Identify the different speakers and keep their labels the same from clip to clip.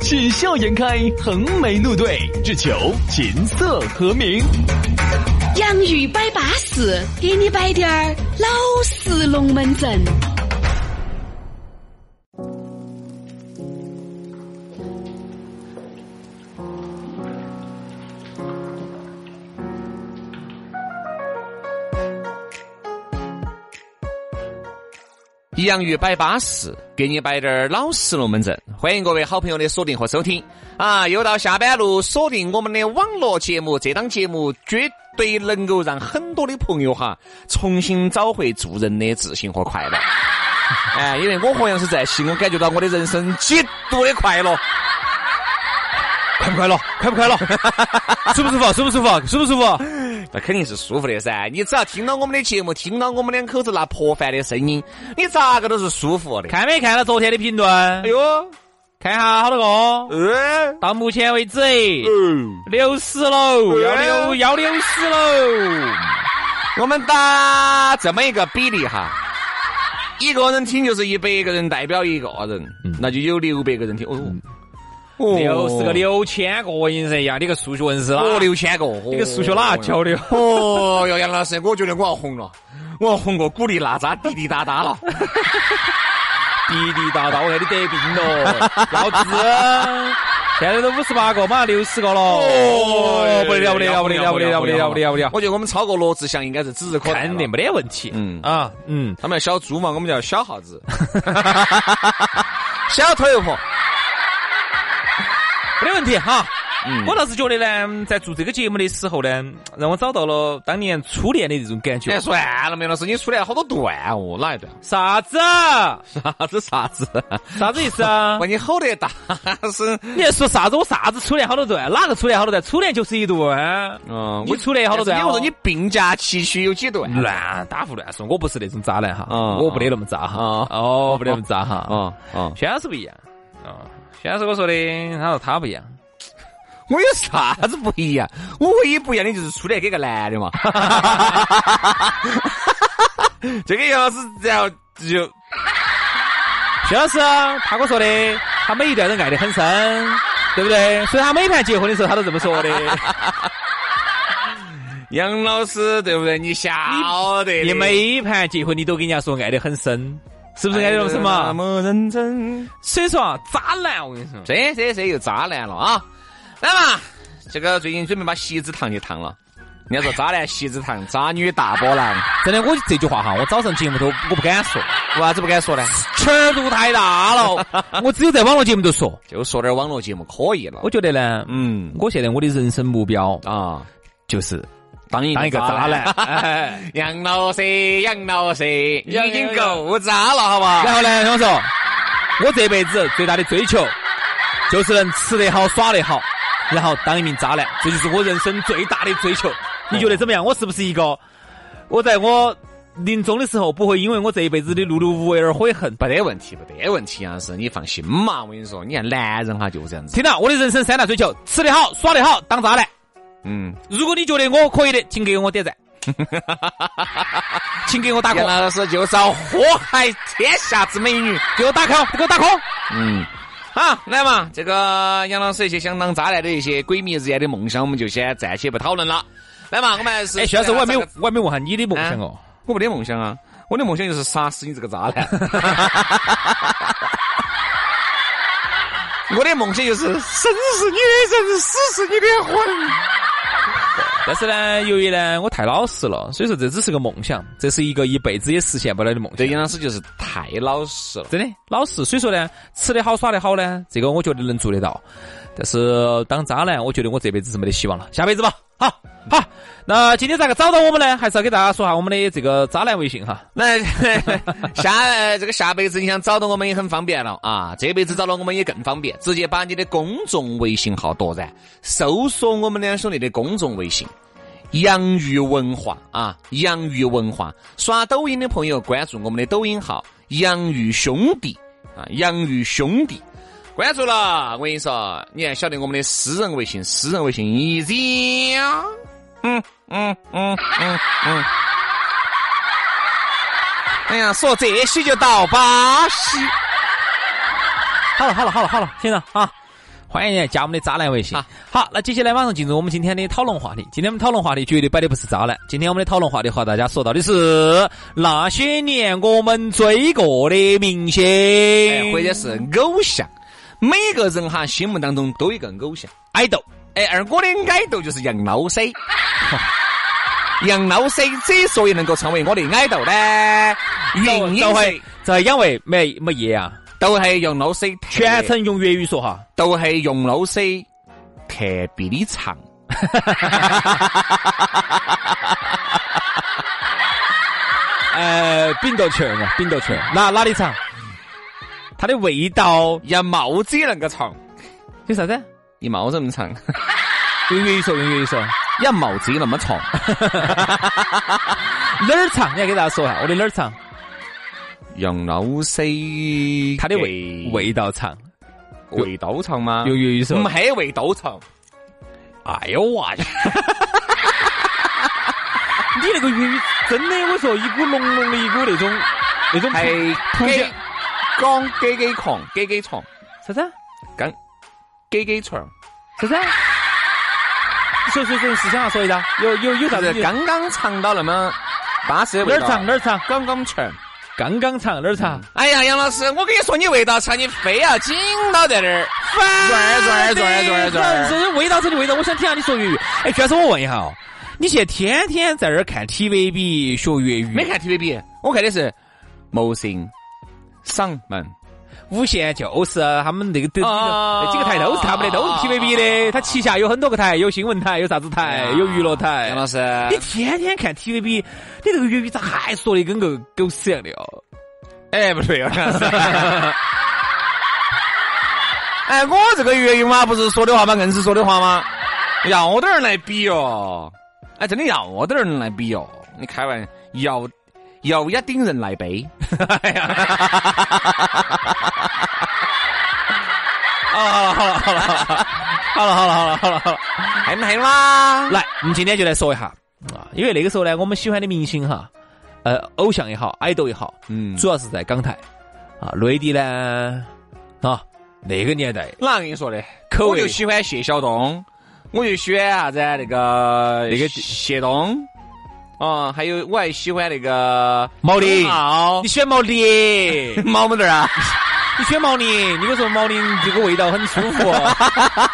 Speaker 1: 喜笑颜开，横眉怒对，只求琴瑟和鸣。
Speaker 2: 洋芋摆巴士，给你摆点儿老式龙门阵。
Speaker 3: 洋芋摆巴适，给你摆点儿老实龙门阵。欢迎各位好朋友的锁定和收听啊！又到下班路，锁定我们的网络节目，这档节目绝对能够让很多的朋友哈重新找回做人的自信和快乐。哎，因为我和杨是在西，我感觉到我的人生极度的快乐。
Speaker 4: 快不快乐？快不快乐？ 舒不舒服？舒不舒服？舒不舒服？
Speaker 3: 那肯定是舒服的噻！你只要听到我们的节目，听到我们两口子那破饭的声音，你咋个都是舒服的。
Speaker 5: 看没看到昨天的评论？
Speaker 3: 哎呦，
Speaker 5: 看一下好多个。哦
Speaker 3: 呃，
Speaker 5: 到目前为止，六十喽，要六要六十喽。
Speaker 3: 我们打这么一个比例哈，一个人听就是一百个人代表一个人，
Speaker 4: 嗯
Speaker 3: 那就有六百个人听。哦，哦
Speaker 5: 六十个，六千个人噻呀！你个数学文是哪？
Speaker 3: 哦，六千个，
Speaker 5: 你
Speaker 3: 你
Speaker 5: 个数学哪教的？
Speaker 3: 哦哟，杨老师，我觉得我要红了，我要红过古力娜扎、滴滴答答 了。
Speaker 5: 滴滴答答，我看你得病了，老子！啊 现在都五十八个，马上六十个了。哦，不得了，不得了，不得了，不得了，不得了，不得了，不得了！
Speaker 3: 我觉得我们超过罗志祥应该是指日可待
Speaker 5: 肯
Speaker 3: 了
Speaker 5: 定没得问题。
Speaker 3: 嗯
Speaker 5: 啊，嗯，
Speaker 3: 他们叫小猪嘛，我们叫小耗 子，小腿婆。
Speaker 5: 没得问题哈。
Speaker 3: 嗯
Speaker 5: 我倒是觉得呢，在做这个节目的时候呢，让我找到了当年初恋的这种感 觉
Speaker 3: 哎，。算了，梅老师，你出来好多段哦，哪一段？
Speaker 5: 啥子？啊
Speaker 3: 啥子啥子？
Speaker 5: 啥子意思啊
Speaker 3: 把？你吼得大 声。
Speaker 5: 你在说啥子？我啥子初恋好多段？哪个初恋好多段？初恋就是一段。
Speaker 3: 嗯
Speaker 5: 你初恋好多段
Speaker 3: 你
Speaker 5: 哦？
Speaker 3: 我说你并驾齐驱有几段？
Speaker 5: 乱打胡乱说，我不是那种渣男哈，
Speaker 3: 嗯
Speaker 5: 我不得那么渣
Speaker 3: 嗯
Speaker 5: 哈，哦，我不得那么渣哈。哦
Speaker 3: 啊啊！
Speaker 5: 轩老师不一样，啊，轩老师我说的，他说他不一样，
Speaker 3: 我有啥子不一样？我唯一不一样的就是出来给个男的嘛。 这个要是然后就
Speaker 5: 轩老师啊他跟我说的，他每一段都爱得很深，对不对？所以他每盘结婚的时候，他都这么说的。
Speaker 3: 杨老师对不对？你晓得的
Speaker 5: 你每盘结婚，你都跟人家说爱得很深，是不是爱得那么深
Speaker 3: 那
Speaker 5: 嘛？
Speaker 3: 么认真。
Speaker 5: 所以说啊，渣男，我跟你说，
Speaker 3: 这这这又渣男了啊！来嘛，这个最近准备把锡子烫就烫了。人家说渣男锡子烫，渣女大波浪，
Speaker 5: 真的，我这句话哈，我早上节目都我不敢说。
Speaker 3: 为啥子不敢说 呢？
Speaker 5: 尺度太大了，我只有在网络节目头说。
Speaker 3: 就说点网络节目可以了。
Speaker 5: 我觉得呢，
Speaker 3: 嗯
Speaker 5: 我现在我的人生目标
Speaker 3: 啊，
Speaker 5: 就是
Speaker 3: 当一
Speaker 5: 当一个渣男。 哎
Speaker 3: 杨老师，杨老师已
Speaker 5: 杨
Speaker 3: 经够渣了，好不好？
Speaker 5: 然后呢，我说，我这辈子最大的追求就是能吃得好、耍得好，然后当一名渣男，这就是我人生最大的追求。你觉得怎么样？我是不是一个？我在我临终的时候不会因为我这一辈子的碌碌无为而悔恨。
Speaker 3: 没得问题，没得问题，杨老师，你放心嘛。我跟你说，你看男人哈就这样子。
Speaker 5: 听到我的人生三大追求：吃得好、耍得好、当渣男。
Speaker 3: 嗯，
Speaker 5: 如果你觉得我可以的，请给我点赞， 请给我打 call，
Speaker 3: 杨老师就是要祸害天下之美女。
Speaker 5: 给我打 call，给我打哦 call。
Speaker 3: 嗯，好，来嘛，这个杨老师一些相当渣男的一些鬼迷日眼的梦想，我们就先暂且不讨论了。来嘛，我们还是
Speaker 5: 哎，徐老师，我还没有
Speaker 3: 啊，
Speaker 5: 我还没问下你的梦想哦。
Speaker 3: 我没得梦想啊，我的梦想就是杀死你这个渣 男。我的梦想就是生是你的人，死是你的魂。
Speaker 5: 但是呢，由于呢我太老实了，所以说这只是个梦想，这是一个一辈子也实现不了的梦想
Speaker 3: 对，。杨老师就是太老实了。
Speaker 5: 真的老实，所以说呢，吃得好，耍得好呢，这个我觉得能做得到。但是当渣男，我觉得我这辈子是没得希望了，下辈子吧。好，好，那今天咋个找到我们呢？还是要给大家说下我们的这个渣男微信哈。
Speaker 3: 那下这个下辈子你想找到我们也很方便了啊，这辈子找到我们也更方便，直接把你的公众微信号夺然，搜索我们两兄弟的公众微信。洋芋文化啊，洋芋文化，刷抖音的朋友关注我们的抖音号“洋芋兄弟”啊，“洋芋兄弟”，关注了，我跟你说，你还晓得我们的私人微信，私人微信 easy，嗯嗯嗯嗯嗯，哎呀，说这些就到巴西，
Speaker 5: 好了，好了，好了，好了，先生啊。欢迎加我们的渣男微信。
Speaker 3: 啊
Speaker 5: 好，那接下来马上进入我们今天的讨论话题。今天我们讨论话题绝对摆的不是渣男，今天我们的讨论话题和大家说到的是那些年我们追过的明星，
Speaker 3: 哎，或者是偶像，每个人哈心目当中都有一个偶像。
Speaker 5: 爱豆。
Speaker 3: 哎，而我的矮豆就是杨老师。 杨老师之所以能够成为我的矮豆呢，原因
Speaker 5: 这
Speaker 3: 是
Speaker 5: 回这因为没没耶啊，
Speaker 3: 都系杨老师特
Speaker 5: 全程用粤语说哈。
Speaker 3: 都系杨老师特别的长。
Speaker 5: 呃，饼豆球嘛，饼豆球，哪哪里长？它啊的味道
Speaker 3: 杨帽子也能够长，
Speaker 5: 有啥子？
Speaker 3: 你帽子那么 长，
Speaker 5: 用粤语说，用粤语说，
Speaker 3: 杨帽子那么 长，
Speaker 5: 哪儿长？你要给大家说一下，我的哪儿长？
Speaker 3: 杨老师
Speaker 5: 它的味味道长，
Speaker 3: 味道长吗？
Speaker 5: 用粤语说。
Speaker 3: 唔系味道长，
Speaker 5: 哎呦我去！你那个粤语真的，我说一股浓浓的一股那种那种
Speaker 3: 系
Speaker 5: 土
Speaker 3: 鸡
Speaker 5: 鸡
Speaker 3: 讲鸡鸡狂，鸡鸡床，
Speaker 5: 啥子啊
Speaker 3: 跟鸡鸡床。
Speaker 5: 啥子啊？说说说，是想要说一下，有有有啥
Speaker 3: 就
Speaker 5: 子
Speaker 3: 是？刚刚尝到那么巴适的
Speaker 5: 哪
Speaker 3: 味
Speaker 5: 儿
Speaker 3: 道。
Speaker 5: 长哪儿长？
Speaker 3: 刚刚尝。
Speaker 5: 刚刚长哪儿长？
Speaker 3: 哎呀，杨老师，我跟你说，你味道差，你非要紧到在这儿。转转转转转。
Speaker 5: 这味道这的味道，我想听下你说粤语。哎，娟子，我问一下哦，你现在天天在这儿看 TVB 学粤语，
Speaker 3: 没看 TVB，我看的是《谋生》。上门，
Speaker 5: 无线就是他们那个都
Speaker 3: 哦
Speaker 5: 那哎几个台都是他们的，都是 TVB 的。它旗下有很多个台，有新闻台，有啥子台，有娱乐台
Speaker 3: 杨。老师，
Speaker 5: 你天天看 TVB，你这个粤语咋还说的跟个狗屎一样的哦？
Speaker 3: 哎，不对， 杨老师。哎，我这个粤语嘛，不是说的话嘛，硬是说的话嘛，要得人来比哦。哎，真的要得人来比哦。你开玩要要一顶人来 背。哦
Speaker 5: 好了好了好了好了好了，
Speaker 3: 还没啦。
Speaker 5: 来，我们今天就来说一下啊，因为那个时候呢，我们喜欢的明星哈，呃，偶像也好，爱豆也好，
Speaker 3: 嗯
Speaker 5: 主要是在港台啊，内地呢啊那个年代
Speaker 3: 哪跟你说的？
Speaker 5: 口
Speaker 3: 我
Speaker 5: 味
Speaker 3: 就喜欢谢晓东，我就喜欢啥子啊那个
Speaker 5: 那个
Speaker 3: 谢东，啊、还有我还喜欢那个
Speaker 5: 毛宁
Speaker 3: 毛
Speaker 5: 你喜欢毛宁，
Speaker 3: 毛毛豆儿 啊，
Speaker 5: 你选毛宁，你跟我说毛宁这个味道很舒服。啊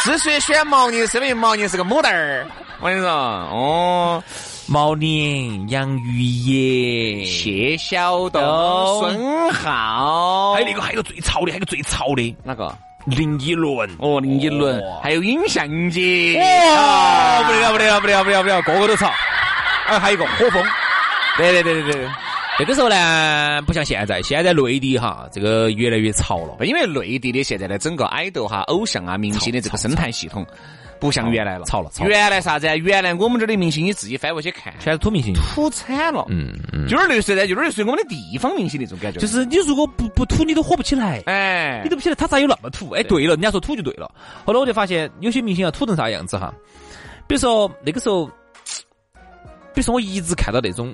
Speaker 3: 之所以喜欢毛宁，是因为毛宁是个母蛋儿。我跟你说，哦，
Speaker 5: 毛宁、杨钰莹，
Speaker 3: 谢晓东、
Speaker 5: 哦
Speaker 3: 孙浩，
Speaker 5: 哎还有那个，还有个最潮的，还有个最潮的
Speaker 3: 哪个？
Speaker 5: 林依轮。
Speaker 3: 哦，林依轮
Speaker 5: 哦，
Speaker 3: 还有尹相杰。
Speaker 5: 哇，不得
Speaker 3: 啊
Speaker 5: 了，不得了，不得了，不得了，不得了，个个都潮。哎，还有一个火风。对对对对对。那个时候呢，不像现在，现在内地哈，这个越来越潮了。
Speaker 3: 因为内地的现在的整个爱豆哈、偶像啊、明星的这个生态系统，不像原来了，
Speaker 5: 操了操了
Speaker 3: 原来啥子啊？原来我们这儿的明星，你自己翻过去看，
Speaker 5: 全是土明星。
Speaker 3: 土惨了。
Speaker 5: 嗯嗯。
Speaker 3: 就是类似呢，就是类似于我们的地方明星那种感觉。
Speaker 5: 就是你如果不不土，你都火不起来。
Speaker 3: 哎
Speaker 5: 你，都不晓得他咋有那么土。哎，对了，人家说土就对了。后来我就发现有些明星要土成啥样子哈，比如说那个时候，比如说我一直看到那种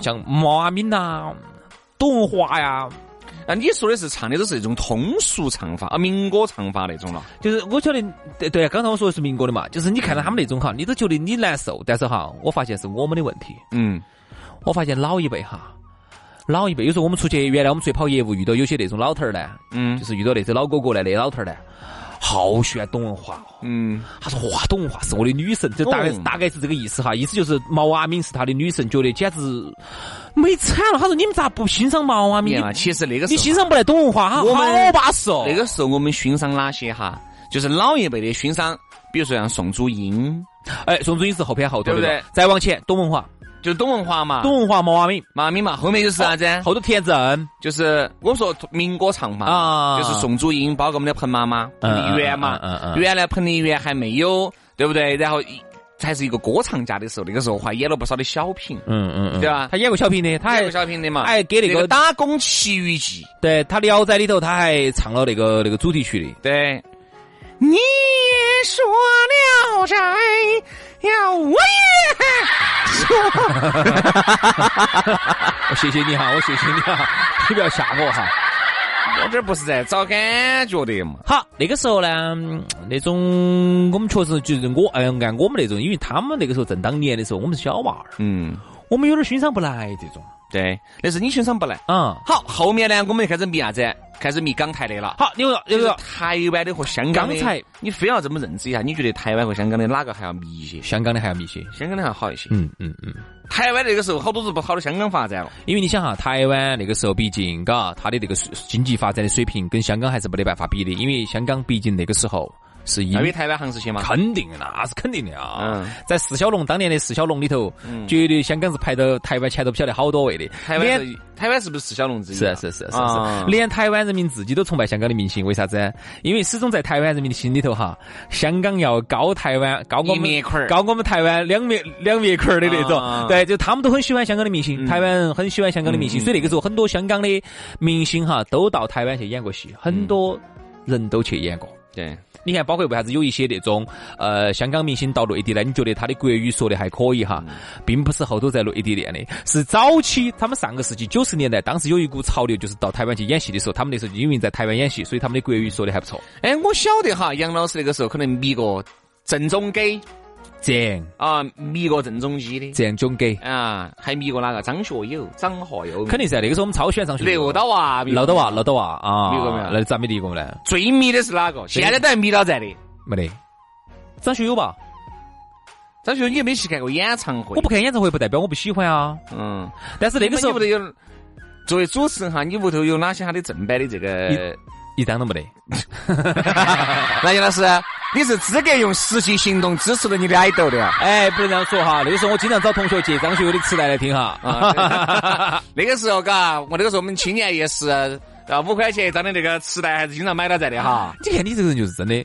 Speaker 5: 像毛阿敏呐、董文华呀，
Speaker 3: 那你说的是唱的都是那种通俗唱法啊，民歌唱法那种了。
Speaker 5: 就是我晓得对对，刚才我说的是民国的嘛，就是你看到他们那种哈，你都觉得你难受，但是哈，我发现是我们的问题。
Speaker 3: 嗯，
Speaker 5: 我发现老一辈哈，老一辈有时候我们出去，原来我们出去跑业务，遇到有些那种老头儿呢，
Speaker 3: 嗯
Speaker 5: 就是遇到那些老哥哥呢，那老头儿呢，好喜欢董文华哦。
Speaker 3: 嗯，
Speaker 5: 他说：“哇，董文华是我的女神，这大概、
Speaker 3: 嗯
Speaker 5: 大概是这个意思哈，意思就是毛阿敏是他的女神，觉得简直美惨了。他说你们咋不欣赏毛阿
Speaker 3: 嗯你
Speaker 5: 敏？
Speaker 3: 哎看嘛，其实那个
Speaker 5: 你
Speaker 3: 时
Speaker 5: 欣赏不来董文华，
Speaker 3: 我
Speaker 5: 好
Speaker 3: 们
Speaker 5: 巴适哦
Speaker 3: 候，。那个时候我们欣赏哪些哈？就是老一辈的熏商，比如说像宋祖英，
Speaker 5: 哎，宋祖英是后偏后头
Speaker 3: 对不啊
Speaker 5: 的
Speaker 3: 对
Speaker 5: 了再往前，董文华，
Speaker 3: 就是董哦文华嘛，
Speaker 5: 董文华毛阿敏，
Speaker 3: 妈咪嘛，后面就是啥子？
Speaker 5: 后头田震，
Speaker 3: 就是我说民歌唱嘛，
Speaker 5: 啊
Speaker 3: 就是宋祖英，包括我们的彭妈妈、彭
Speaker 5: 嗯
Speaker 3: 丽媛啊嘛
Speaker 5: 嗯嗯嗯，嗯
Speaker 3: 原来彭丽媛还没有，对不对？然后一才是一个歌唱家的时候，那个时候还演了不少的小品，
Speaker 5: 嗯嗯嗯
Speaker 3: 对吧？
Speaker 5: 他演过小品的，他
Speaker 3: 他
Speaker 5: 还
Speaker 3: 有小品的嘛，
Speaker 5: 哎给那个
Speaker 3: 《打工奇遇记》，
Speaker 5: 对他《聊斋》里头他还唱了那个那个主题曲的。
Speaker 3: 对。你也说聊斋，呀，我也 说。
Speaker 5: 我谢谢你哈，我谢谢你哈，你不要吓我哈。
Speaker 3: 我这不是在找感觉的嘛？
Speaker 5: 好，那个时候呢，嗯那种我们确实就是我，哎，按我们那种，因为他们那个时候正当年的时候，我们是小娃儿，
Speaker 3: 嗯，
Speaker 5: 我们有点欣赏不来这种
Speaker 3: 对，但是你欣赏不来。
Speaker 5: 啊、
Speaker 3: 好，后面呢，我们就开始迷啥子？开始迷港台的了。
Speaker 5: 好，你有
Speaker 3: 就
Speaker 5: 有
Speaker 3: 是
Speaker 5: 个
Speaker 3: 台湾的和香港的，
Speaker 5: 刚才
Speaker 3: 你非要这么认知一下，你觉得台湾和香港的哪个还要迷一些？
Speaker 5: 香港的还要密些，
Speaker 3: 香港的还好一些。
Speaker 5: 嗯嗯嗯，
Speaker 3: 台湾那个时候好多是不跑到香港发展了。
Speaker 5: 因为你想哈，台湾那个时候毕竟，嘎，它的那个水经济发展的水平跟香港还是没得办法比的，因为香港毕竟那个时候是因
Speaker 3: 因为台湾行这些嘛，
Speaker 5: 肯定的那是肯定的啊！
Speaker 3: 哎嗯
Speaker 5: 在四小龙当年的四小龙里头，绝对香港是排到台湾前头不晓得好多位的。
Speaker 3: 台湾
Speaker 5: 连
Speaker 3: 是台湾是不是四小龙之一？
Speaker 5: 是啊是啊是啊是啊
Speaker 3: 啊
Speaker 5: 是，连台湾人民自己都崇拜香港的明星，为啥子？因为始终在台湾人民的心里头哈，香港要高台湾，高我
Speaker 3: 一
Speaker 5: 们
Speaker 3: 面块儿
Speaker 5: 高我们台湾两面两面块儿的那种。
Speaker 3: 啊
Speaker 5: 对，就他们都很喜欢香港的明星，
Speaker 3: 嗯
Speaker 5: 台湾人很喜欢香港的明星，
Speaker 3: 嗯嗯
Speaker 5: 所以那个时候很多香港的明星哈都到台湾去演过戏，很多人都去演过。
Speaker 3: 对，
Speaker 5: 你看，包括为啥子有一些那种呃香港明星到内地来，你觉得他的国语说的还可以
Speaker 3: 嗯
Speaker 5: 哈，并不是后头在内地练的，是早期他们上个世纪九十年代，当时有一股潮流，就是到台湾去演戏的时候，他们那时候就因为在台湾演戏，所以他们的国语说的还不错。
Speaker 3: 哎，我晓得哈，杨老师那个时候可能迷过郑中基
Speaker 5: 郑
Speaker 3: 啊，迷过郑中基的
Speaker 5: 郑中基，
Speaker 3: 啊，还迷过哪个张学友、张学友、
Speaker 5: 肯定是啊那个时候我们超喜欢上学的。
Speaker 3: 刘德华、
Speaker 5: 刘德华，啊刘德华
Speaker 3: 迷过没
Speaker 5: 啊，
Speaker 3: 有
Speaker 5: 那咋没敌过呢？
Speaker 3: 最迷的是哪个？现在都还迷到在的。
Speaker 5: 没得，张学友吧？
Speaker 3: 张学友，你有没有去看过演唱会？
Speaker 5: 我不，看演唱会不代表我不喜欢啊，
Speaker 3: 嗯。
Speaker 5: 但是那个时候
Speaker 3: 你屋头有作为主持人哈，你屋头有哪些他的正版的这个？
Speaker 5: 一张都没得。
Speaker 3: 那杨老师，你是资格用实际行动支持了你的爱豆的啊！
Speaker 5: 哎，不能这样说哈，那个时候我经常找同学借张学友的磁带来听哈。
Speaker 3: 啊对那个时候，嘎，我那个时候我们青年夜市啊，五块钱一张的那个磁带还是经常买到在的哈。
Speaker 5: 你看你这个人就是真的，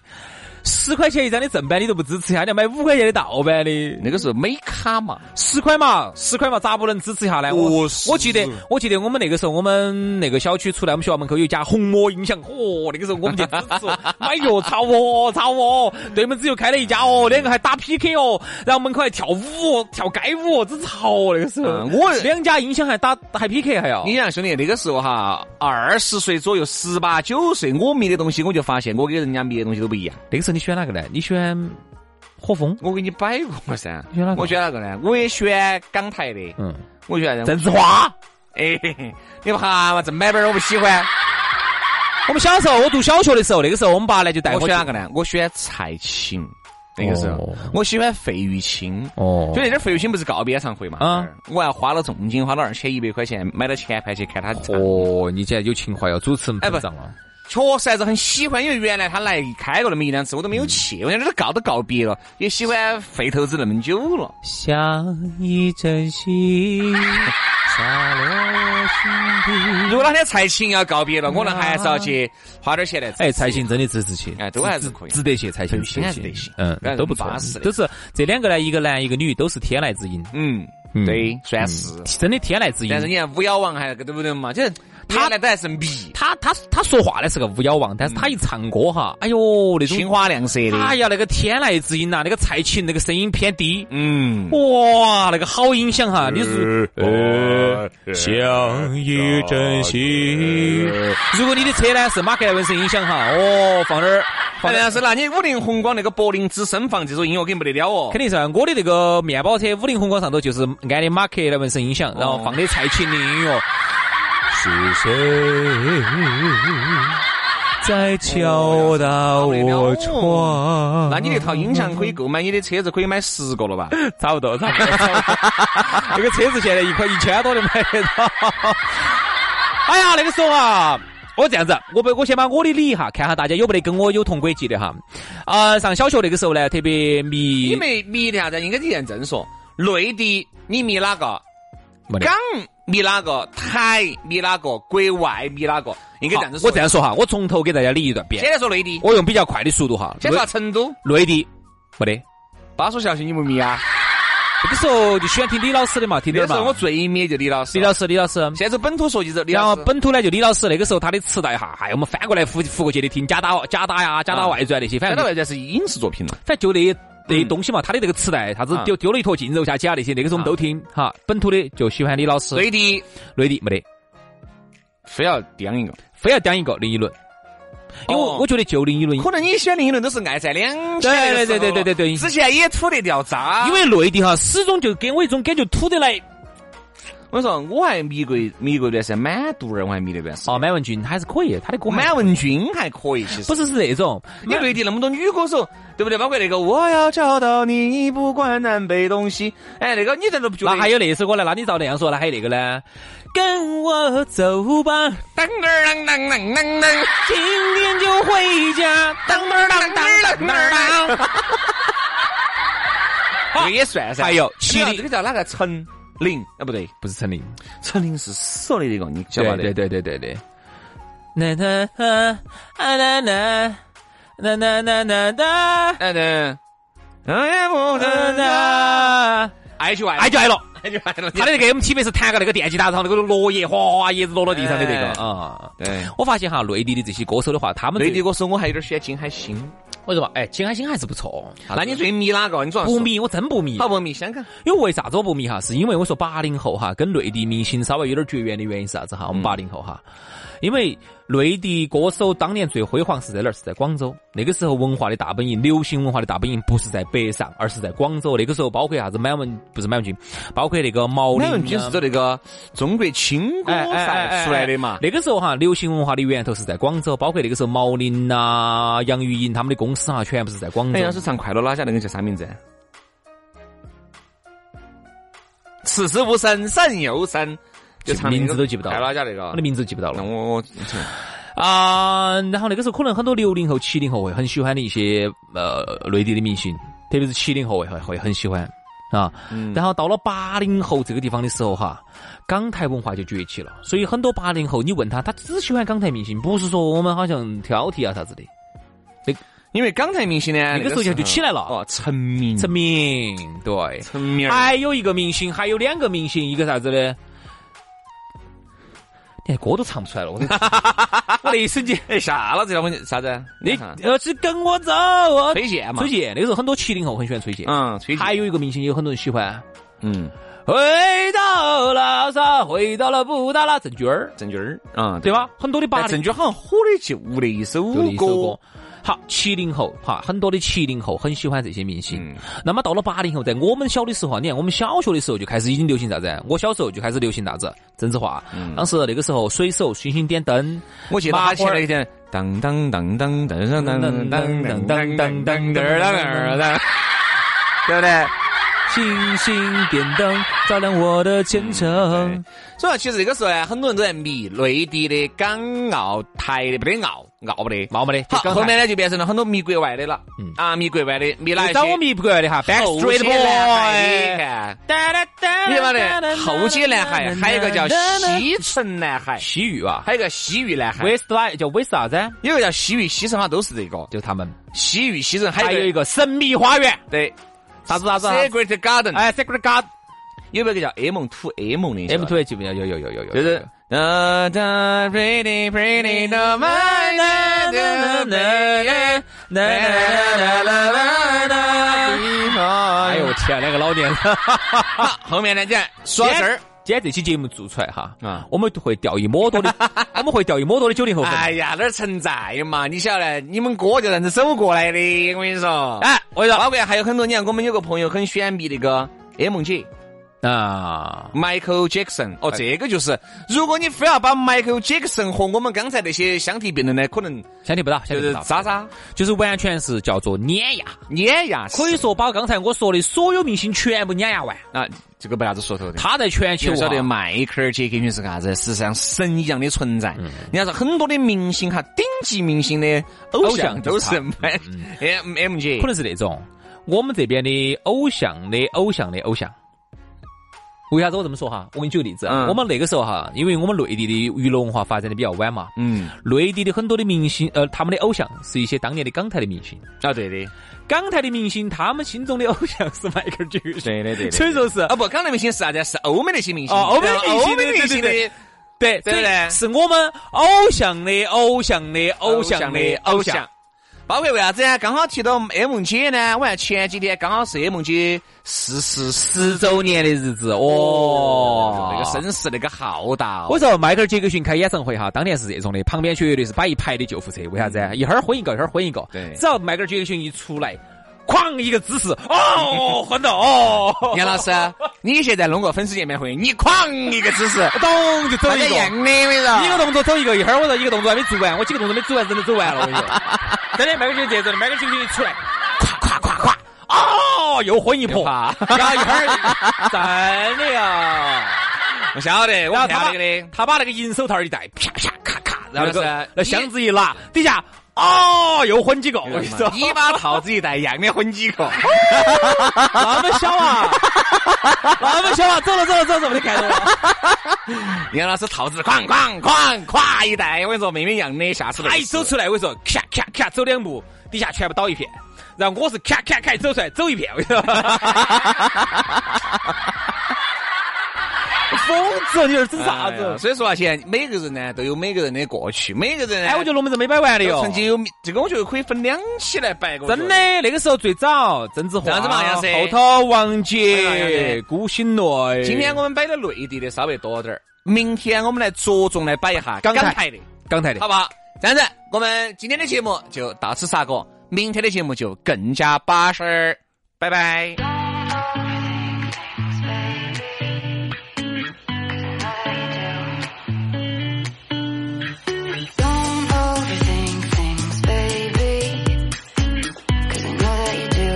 Speaker 5: 十块钱一张的正版你都不支持一啊下，你要买五块钱的盗版的，
Speaker 3: 那个时候美卡嘛，
Speaker 5: 十块嘛，十块嘛，咋不能支持一下呢？我、
Speaker 3: 哦是
Speaker 5: 我记得，我记得我们那个时候，我们那个小区出来，我们学校门口有一家红魔音响，哦，那个时候我们就支持，买哟，操哦，操哦，对门只有开了一家哦，两个还打 PK 哦，然后门口还跳舞，哦跳街舞，真潮哦，那个时候，
Speaker 3: 嗯我
Speaker 5: 两家音响还打还 PK 还要，
Speaker 3: 你想兄弟，那个时候哈，二十岁左右，十八九岁，我迷的东西，我就发现我跟人家迷的东西都不一样。
Speaker 5: 那个时候你选哪个呢？你选火风，
Speaker 3: 我给你摆过噻
Speaker 5: 你选哪，个
Speaker 3: 我选哪个呢？我也选港台的，
Speaker 5: 嗯，
Speaker 3: 我选
Speaker 5: 郑智化。
Speaker 3: 哎， 嘿嘿你怕嘛？正版本儿我不喜欢。
Speaker 5: 我们小时候，我读小学的时候，那个时候我们爸呢就带
Speaker 3: 哎我
Speaker 5: 我
Speaker 3: 选哪
Speaker 5: 去
Speaker 3: 个呢？我选蔡琴。那个时候
Speaker 5: 哦，
Speaker 3: 我喜欢费玉清。
Speaker 5: 哦
Speaker 3: 所以那阵儿费玉清不是告别演唱会嘛？
Speaker 5: 啊
Speaker 3: 我还花了重金，花了二千一百块钱买了前排去看他唱。
Speaker 5: 哦，你竟然有情怀要主持人
Speaker 3: 哎不
Speaker 5: 膨胀了。
Speaker 3: 确实还是很喜欢，因为原来他来开过那么一两次，我都没有去。我想这都告都告别了，也喜欢费头子那么久了。
Speaker 5: 像一阵心洒落我心
Speaker 3: 如果哪天蔡琴要告别了，我能还是要去花点钱来。
Speaker 5: 哎，蔡，琴真的支持去，
Speaker 3: 哎都还是可以
Speaker 5: 值得去。蔡琴
Speaker 3: 对应该是得去应该
Speaker 5: 嗯，
Speaker 3: 是
Speaker 5: 都不错
Speaker 3: 巴适，的
Speaker 5: 都是这两个呢，一个男一个女，都是天籁之音，
Speaker 3: 嗯
Speaker 5: 嗯，
Speaker 3: 对，算是。
Speaker 5: 真的天籁之音
Speaker 3: 但。是你看巫妖王还对不对嘛？就是他那都还是迷，
Speaker 5: 他他他说话呢是个巫妖王，
Speaker 3: 嗯
Speaker 5: 但是他一唱歌哈，哎呦那种
Speaker 3: 心，花亮色的。
Speaker 5: 哎呀那个天籁之音呐，啊那个蔡琴那个声音偏低，
Speaker 3: 嗯，
Speaker 5: 哇，那个好音响哈！你是呃，像一阵心。如果你的车呢是马克莱文森音响哈，哦，放点儿，放
Speaker 3: 反
Speaker 5: 点
Speaker 3: 正
Speaker 5: 儿。
Speaker 3: 是那你五菱宏光那个柏林之声放这首音乐肯定不得了哦。
Speaker 5: 肯定是啊我的那个面包车五菱宏光上头就是安的马克莱文森音响，然后
Speaker 3: 哦
Speaker 5: 放的蔡琴的音乐。是谁在敲打我窗？
Speaker 3: 那你那套音响可以购买，你的车子可以买十个了吧？
Speaker 5: 差不多，差不多。那个车子现在一块一千多的买得到。哎呀，那个时候啊，我这样子，我不，我先把我的理一下，看下大家有没得跟我有同轨迹的哈。啊、上小学那个时候呢，特别迷，
Speaker 3: 你没迷的啥子？应该你认真说，内地你迷哪个？
Speaker 5: 没得
Speaker 3: 港迷哪个？台迷哪个？国外迷哪个？应该这样子
Speaker 5: 好
Speaker 3: 说。
Speaker 5: 我这样说哈，我从头给大家理一段遍
Speaker 3: 先，来说内地，
Speaker 5: 我用比较快的速度哈。
Speaker 3: 先说成都，
Speaker 5: 内内地没得，
Speaker 3: 巴蜀校区你不迷啊？
Speaker 5: 那个时候就喜欢听李老师的嘛，听
Speaker 3: 那
Speaker 5: 点
Speaker 3: 时
Speaker 5: 嘛
Speaker 3: 候。我最迷就李老师，
Speaker 5: 李老师，李老师。
Speaker 3: 现在说本土说就是李
Speaker 5: 然后
Speaker 3: 老师，
Speaker 5: 本土呢，就李老师那个时候他的磁带哈，哎，我们翻过来覆覆过去的听假打假打呀、假打外传那些，反
Speaker 3: 那
Speaker 5: 正
Speaker 3: 到现在是影视作品了。
Speaker 5: 反正就那那东西嘛，他的那个磁带，啥子
Speaker 3: 啊
Speaker 5: 丢丢了一坨进肉下去啊那些，那个时候我们都听哈。本土的就喜欢李老师，
Speaker 3: 内地
Speaker 5: 内地没得，
Speaker 3: 非要颠一个，
Speaker 5: 非要当一个林依轮，因为
Speaker 3: 哦
Speaker 5: 我我觉得就林依轮，
Speaker 3: 可能你选另一轮都是爱在两千年的时候
Speaker 5: 对对对对对对
Speaker 3: 之前也土得掉渣。
Speaker 5: 因为内地哈始终就给我一种感觉土得来。
Speaker 3: 我说我还迷过迷过一段时间，满肚儿我还迷了一段时间。
Speaker 5: 哦，满文军还是可以，他的歌还
Speaker 3: 满文军还可以，其实
Speaker 5: 不是是那种，
Speaker 3: 你内地那么多女歌手，对不对？包括那个我要找到你，不管南北东西。哎，那个你在都不觉得？
Speaker 5: 那还有那首歌呢？那你照那样说，那还有那个呢？跟我走吧，
Speaker 3: 当当当当当当当，
Speaker 5: 今天就回家。
Speaker 3: 当当当当当当当。这个也算噻。
Speaker 5: 还有
Speaker 3: 这个
Speaker 5: 麒麟
Speaker 3: 这个叫哪个陈琳？啊，不对，
Speaker 5: 不是陈琳，
Speaker 3: 陈琳是死了的那个，你晓
Speaker 5: 对
Speaker 3: 不晓得？
Speaker 5: 对对对对啊对。那那那那那那那那那那
Speaker 3: 哎对。哎呀，我
Speaker 5: 那，
Speaker 3: 爱就爱，
Speaker 5: 爱啊就爱了。
Speaker 3: 爱就爱了。
Speaker 5: 他的那个 MTV 是弹个那个电吉他，然后那个落叶哗哗叶子落到地上的那个
Speaker 3: 哎
Speaker 5: 啊。
Speaker 3: 对
Speaker 5: 我发现哈，内地的这些歌手的话，他们
Speaker 3: 内地
Speaker 5: 最，
Speaker 3: 歌手我还有点喜欢金海心。
Speaker 5: 我跟你说哎，金海心还是不错。
Speaker 3: 那你最迷哪个？你主要
Speaker 5: 不
Speaker 3: 说？
Speaker 5: 迷？我真不迷。
Speaker 3: 好不迷香港。
Speaker 5: 因为为啥子我不迷哈？是因为我说八零后哈，跟内地明星稍微有点绝缘的原因是啥
Speaker 3: 嗯
Speaker 5: 子哈？我们八零后哈，因为内地歌手当年最辉煌是在哪儿？是在广州。那个时候文化的大本营，流行文化的大本营不是在北上，而是在广州。那个时候包括啥子满文不是满文军，包括那个毛
Speaker 3: 我
Speaker 5: 宁、啊。
Speaker 3: 那文军是走那个中国青歌赛出来的嘛。
Speaker 5: 那个时候哈，流行文化的源头是在广州，包括那个时候毛宁呐、杨钰莹他们的公司哈，啊全部是在广
Speaker 3: 哎，
Speaker 5: 州。
Speaker 3: 要是唱《快乐拉家》那个叫啥名字？此时无声胜有声，就唱那个
Speaker 5: 名字都记不到
Speaker 3: 快乐拉家那个
Speaker 5: 我的。名字记不到了
Speaker 3: 那。我我
Speaker 5: 啊、然后那个时候可能很多六零后、七零后会很喜欢的一些呃内地的明星，特别是七零后会会会很喜欢啊。
Speaker 3: 嗯
Speaker 5: 然后到了八零后这个地方的时候哈，港台文化就崛起了，所以很多八零后你问他，他只喜欢港台明星，不是说我们好像挑剔啊啥子的。
Speaker 3: 因为港台明星呢，
Speaker 5: 哎那个时候就就起来了
Speaker 3: 哦，成名，
Speaker 5: 陈明对，
Speaker 3: 成名儿，
Speaker 5: 还有一个明星，还有两个明星，一个啥子呢？ 你看歌都唱不出来了， 我都我那一瞬间。
Speaker 3: 哎，啥了？这条问题啥子？
Speaker 5: 你
Speaker 3: 看
Speaker 5: 要是跟我走，我
Speaker 3: 崔健嘛
Speaker 5: 崔？健那个时候很多七零后很喜欢崔健，
Speaker 3: 嗯，崔健，
Speaker 5: 还有一个明星也有很多人喜欢，
Speaker 3: 嗯，
Speaker 5: 回到了啥？回到了布达拉郑钧儿，
Speaker 3: 郑钧儿，嗯，
Speaker 5: 对吧？很多的八
Speaker 3: 但郑
Speaker 5: 零
Speaker 3: 钧好像火的就无那一首
Speaker 5: 就那一首
Speaker 3: 歌
Speaker 5: 歌，。好，七零后哈，很多的七零后很喜欢这些明星。
Speaker 3: 嗯
Speaker 5: 那么到了八零后，在我们小的时候啊，你看我们小学的时候就开始已经流行啥子？我小时候就开始流行啥子？郑智化。
Speaker 3: 嗯
Speaker 5: 当时那个时候，水手、星星点灯，
Speaker 3: 我记得
Speaker 5: 麻
Speaker 3: 他前
Speaker 5: 花儿
Speaker 3: 了一点，当当当当当当当当当当当当当当当，对不对？
Speaker 5: 星星点灯，照亮我的前
Speaker 3: 嗯
Speaker 5: 程。
Speaker 3: 所以其实这个时候呢，很多人都在迷内地的、港澳台的，不得澳，澳不得。
Speaker 5: 冒没得，
Speaker 3: 好，
Speaker 5: 刚才
Speaker 3: 后面呢就变成了很多迷国外的了，
Speaker 5: 嗯
Speaker 3: 啊，迷国外的，迷哪一些？
Speaker 5: 找我们一不过来的哈，Backstreet 哎
Speaker 3: 你
Speaker 5: Boy。
Speaker 3: 看，
Speaker 5: 你
Speaker 3: 你晓得后街男孩，还有一个叫西城男孩，
Speaker 5: 西域啊
Speaker 3: 还有一个西域男孩，
Speaker 5: ，Westlife 叫 West 啥子？
Speaker 3: 有一个叫西域西城，好像都是这个
Speaker 5: 就他们。
Speaker 3: 西域西城，还
Speaker 5: 还
Speaker 3: 有
Speaker 5: 有
Speaker 3: 一
Speaker 5: 一
Speaker 3: 个
Speaker 5: 个神秘花园，
Speaker 3: 哎对
Speaker 5: 啥子啥子？
Speaker 3: Secret Garden，
Speaker 5: 哎，Secret God，M
Speaker 3: 有没有一个叫 M to M 的晓得吧
Speaker 5: two 记不记得？有有有有有，
Speaker 3: 就是。哒哒，pretty pretty no m i n
Speaker 5: 哎呦我天，那个老年人。
Speaker 3: 后面呢，这说到这儿，
Speaker 5: 今天这期节目做出来哈，
Speaker 3: 啊
Speaker 5: 我们会掉一抹 多的，我们会掉一抹多的九零后粉。
Speaker 3: 哎呀，哪儿存在嘛？你晓得，你们哥就这样子走过来的，我跟你说。
Speaker 5: 哎，我跟你说，
Speaker 3: 包括还有很多，你看我们有个朋友很喜欢迷那个 M 姐，
Speaker 5: 啊，
Speaker 3: Michael Jackson，哦，这个就是，如果你非要把 Michael Jackson 和我们刚才那些相提并论呢，可能
Speaker 5: 相信不到，相
Speaker 3: 就
Speaker 5: 信
Speaker 3: 是
Speaker 5: 不到，
Speaker 3: 渣渣
Speaker 5: 就是完全是叫做碾压，
Speaker 3: 碾压，
Speaker 5: 可以说把刚才我说的所有明星全部碾压完。
Speaker 3: 啊，这个没啥子说头的。
Speaker 5: 他在全
Speaker 3: 你
Speaker 5: 球
Speaker 3: 要晓得
Speaker 5: 啊
Speaker 3: 迈克尔·杰克逊是啥子？是像神一样的存在。你要是很多的明星哈，顶级明星的偶
Speaker 5: 偶像
Speaker 3: 像
Speaker 5: 就
Speaker 3: 都
Speaker 5: 是他
Speaker 3: 是 M M 姐
Speaker 5: 可，能是那种我们这边的偶像的偶像的偶像。为啥子我这么说哈？我给你举个例子啊，
Speaker 3: 嗯
Speaker 5: 我们那个时候哈，因为我们内地的娱乐文化发展的比较晚嘛，
Speaker 3: 嗯，
Speaker 5: 内地的很多的明星，呃，他们的偶像是一些当年的港台的明星，
Speaker 3: 啊，对的，
Speaker 5: 港台的明星他们心中的偶像是迈克尔·杰克逊，
Speaker 3: 对的，对
Speaker 5: 所以说是
Speaker 3: 啊，不，刚才明星是啥子？是欧美那些明星，
Speaker 5: 哦欧美
Speaker 3: 然后
Speaker 5: 明星
Speaker 3: 欧美
Speaker 5: 对
Speaker 3: 明
Speaker 5: 对
Speaker 3: 星
Speaker 5: 对
Speaker 3: 的，
Speaker 5: 对
Speaker 3: 对不对
Speaker 5: 是我们偶像的偶像的偶像的偶像。。
Speaker 3: 包括为啥子呢？刚好提到 M 姐呢，我看前几天刚好是 M 姐逝世
Speaker 5: 十周年的日子哦，
Speaker 3: 那个声势那个浩大，
Speaker 5: 我说迈克尔·杰克逊开演唱会哈，当年是这种的，旁边绝对是摆一排的救护车，为啥子啊？一会儿昏一个，一会儿昏一个。
Speaker 3: 对
Speaker 5: 只要迈克尔·杰克逊一出来，哐一个姿 势，哦，昏了哦，
Speaker 3: 杨老师，啊 你现在弄个粉丝见面会，你哐一个姿势，
Speaker 5: 咚就走
Speaker 3: 大
Speaker 5: 一
Speaker 3: 家
Speaker 5: 个
Speaker 3: 一，样的，我跟你
Speaker 5: 一
Speaker 3: 说。
Speaker 5: 个动作走一个，一会儿我说一个动作还没做完，我几个动作没做完，人都走完了，我跟 你说，真的迈克尔·杰克逊这种，迈克尔·杰克逊一出来，咵咵咵咵，哦，又昏一泼，然后一会儿 真的呀。
Speaker 3: 我晓哎得，我
Speaker 5: 然后
Speaker 3: 看到那
Speaker 5: 他把
Speaker 3: 个的，
Speaker 5: 他把那个银手套一戴，啪啪咔咔，然后
Speaker 3: 那个
Speaker 5: 那个
Speaker 3: 是
Speaker 5: 那箱子一拿，底下哦又混几个， 我跟你说，
Speaker 3: 你把套子一戴，一样的混几 个。
Speaker 5: 那么小啊，那么小啊，走了走了走了走了，没得看到我，
Speaker 3: 杨老师套子哐哐哐咵一戴，我跟你说，妹妹一样的，下次
Speaker 5: 他一哎走出来，我跟你说，咔咔咔走两步，底下全部倒一片，然后我是咔咔咔走出来走一片，我跟你说， 疯子，你这整啥子？
Speaker 3: 所以说啊，现在每个人呢都有每个人的过去，每个人呢，
Speaker 5: 哎，我觉得龙门阵没摆完
Speaker 3: 都
Speaker 5: 的哟，
Speaker 3: 曾经有这个，我觉得可以分两期来摆。我觉得
Speaker 5: 真的，，那个时候最早郑智化，
Speaker 3: 这样子嘛杨师
Speaker 5: 啊后头王
Speaker 3: 哎呀杨
Speaker 5: 杰
Speaker 3: 师、
Speaker 5: 古新乐，
Speaker 3: 今天我们摆的内地的稍微多点儿，明天我们来着重来摆一下
Speaker 5: 港台
Speaker 3: 的，
Speaker 5: 港台的
Speaker 3: 好，不好？这样子，我们今天的节目就到此杀过，明天的节目就更加巴适儿，拜拜。
Speaker 6: Don't overthink things, baby. 'Cause I know that you do.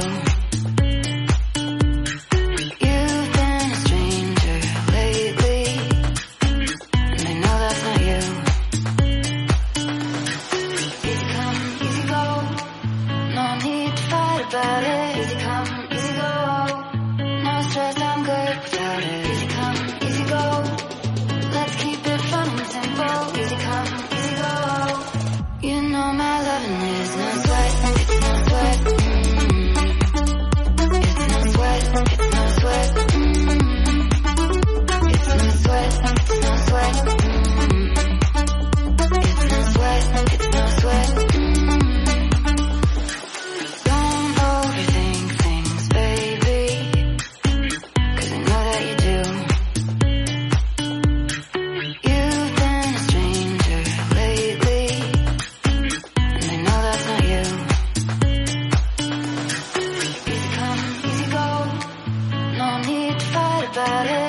Speaker 6: You've been a stranger lately, and I know that's not you. Easy come, easy go. No need to fight about it. Easy come, easy go. No stress, I'm good without it. Easy come, easy go. Let's keep it fun and simple. Easy come, easy go. You know my loving is no sweat. It's no sweat. mm. It's no sweat. It's no sweat. mm. It's no sweat. It's no sweat. mm. It's no sweat. It's no sweat. mm. Don't overthink things, baby. 'Cause I know that you do. You've been a stranger lately, and I know that's not you. Easy come, easy go. No need to fight about it.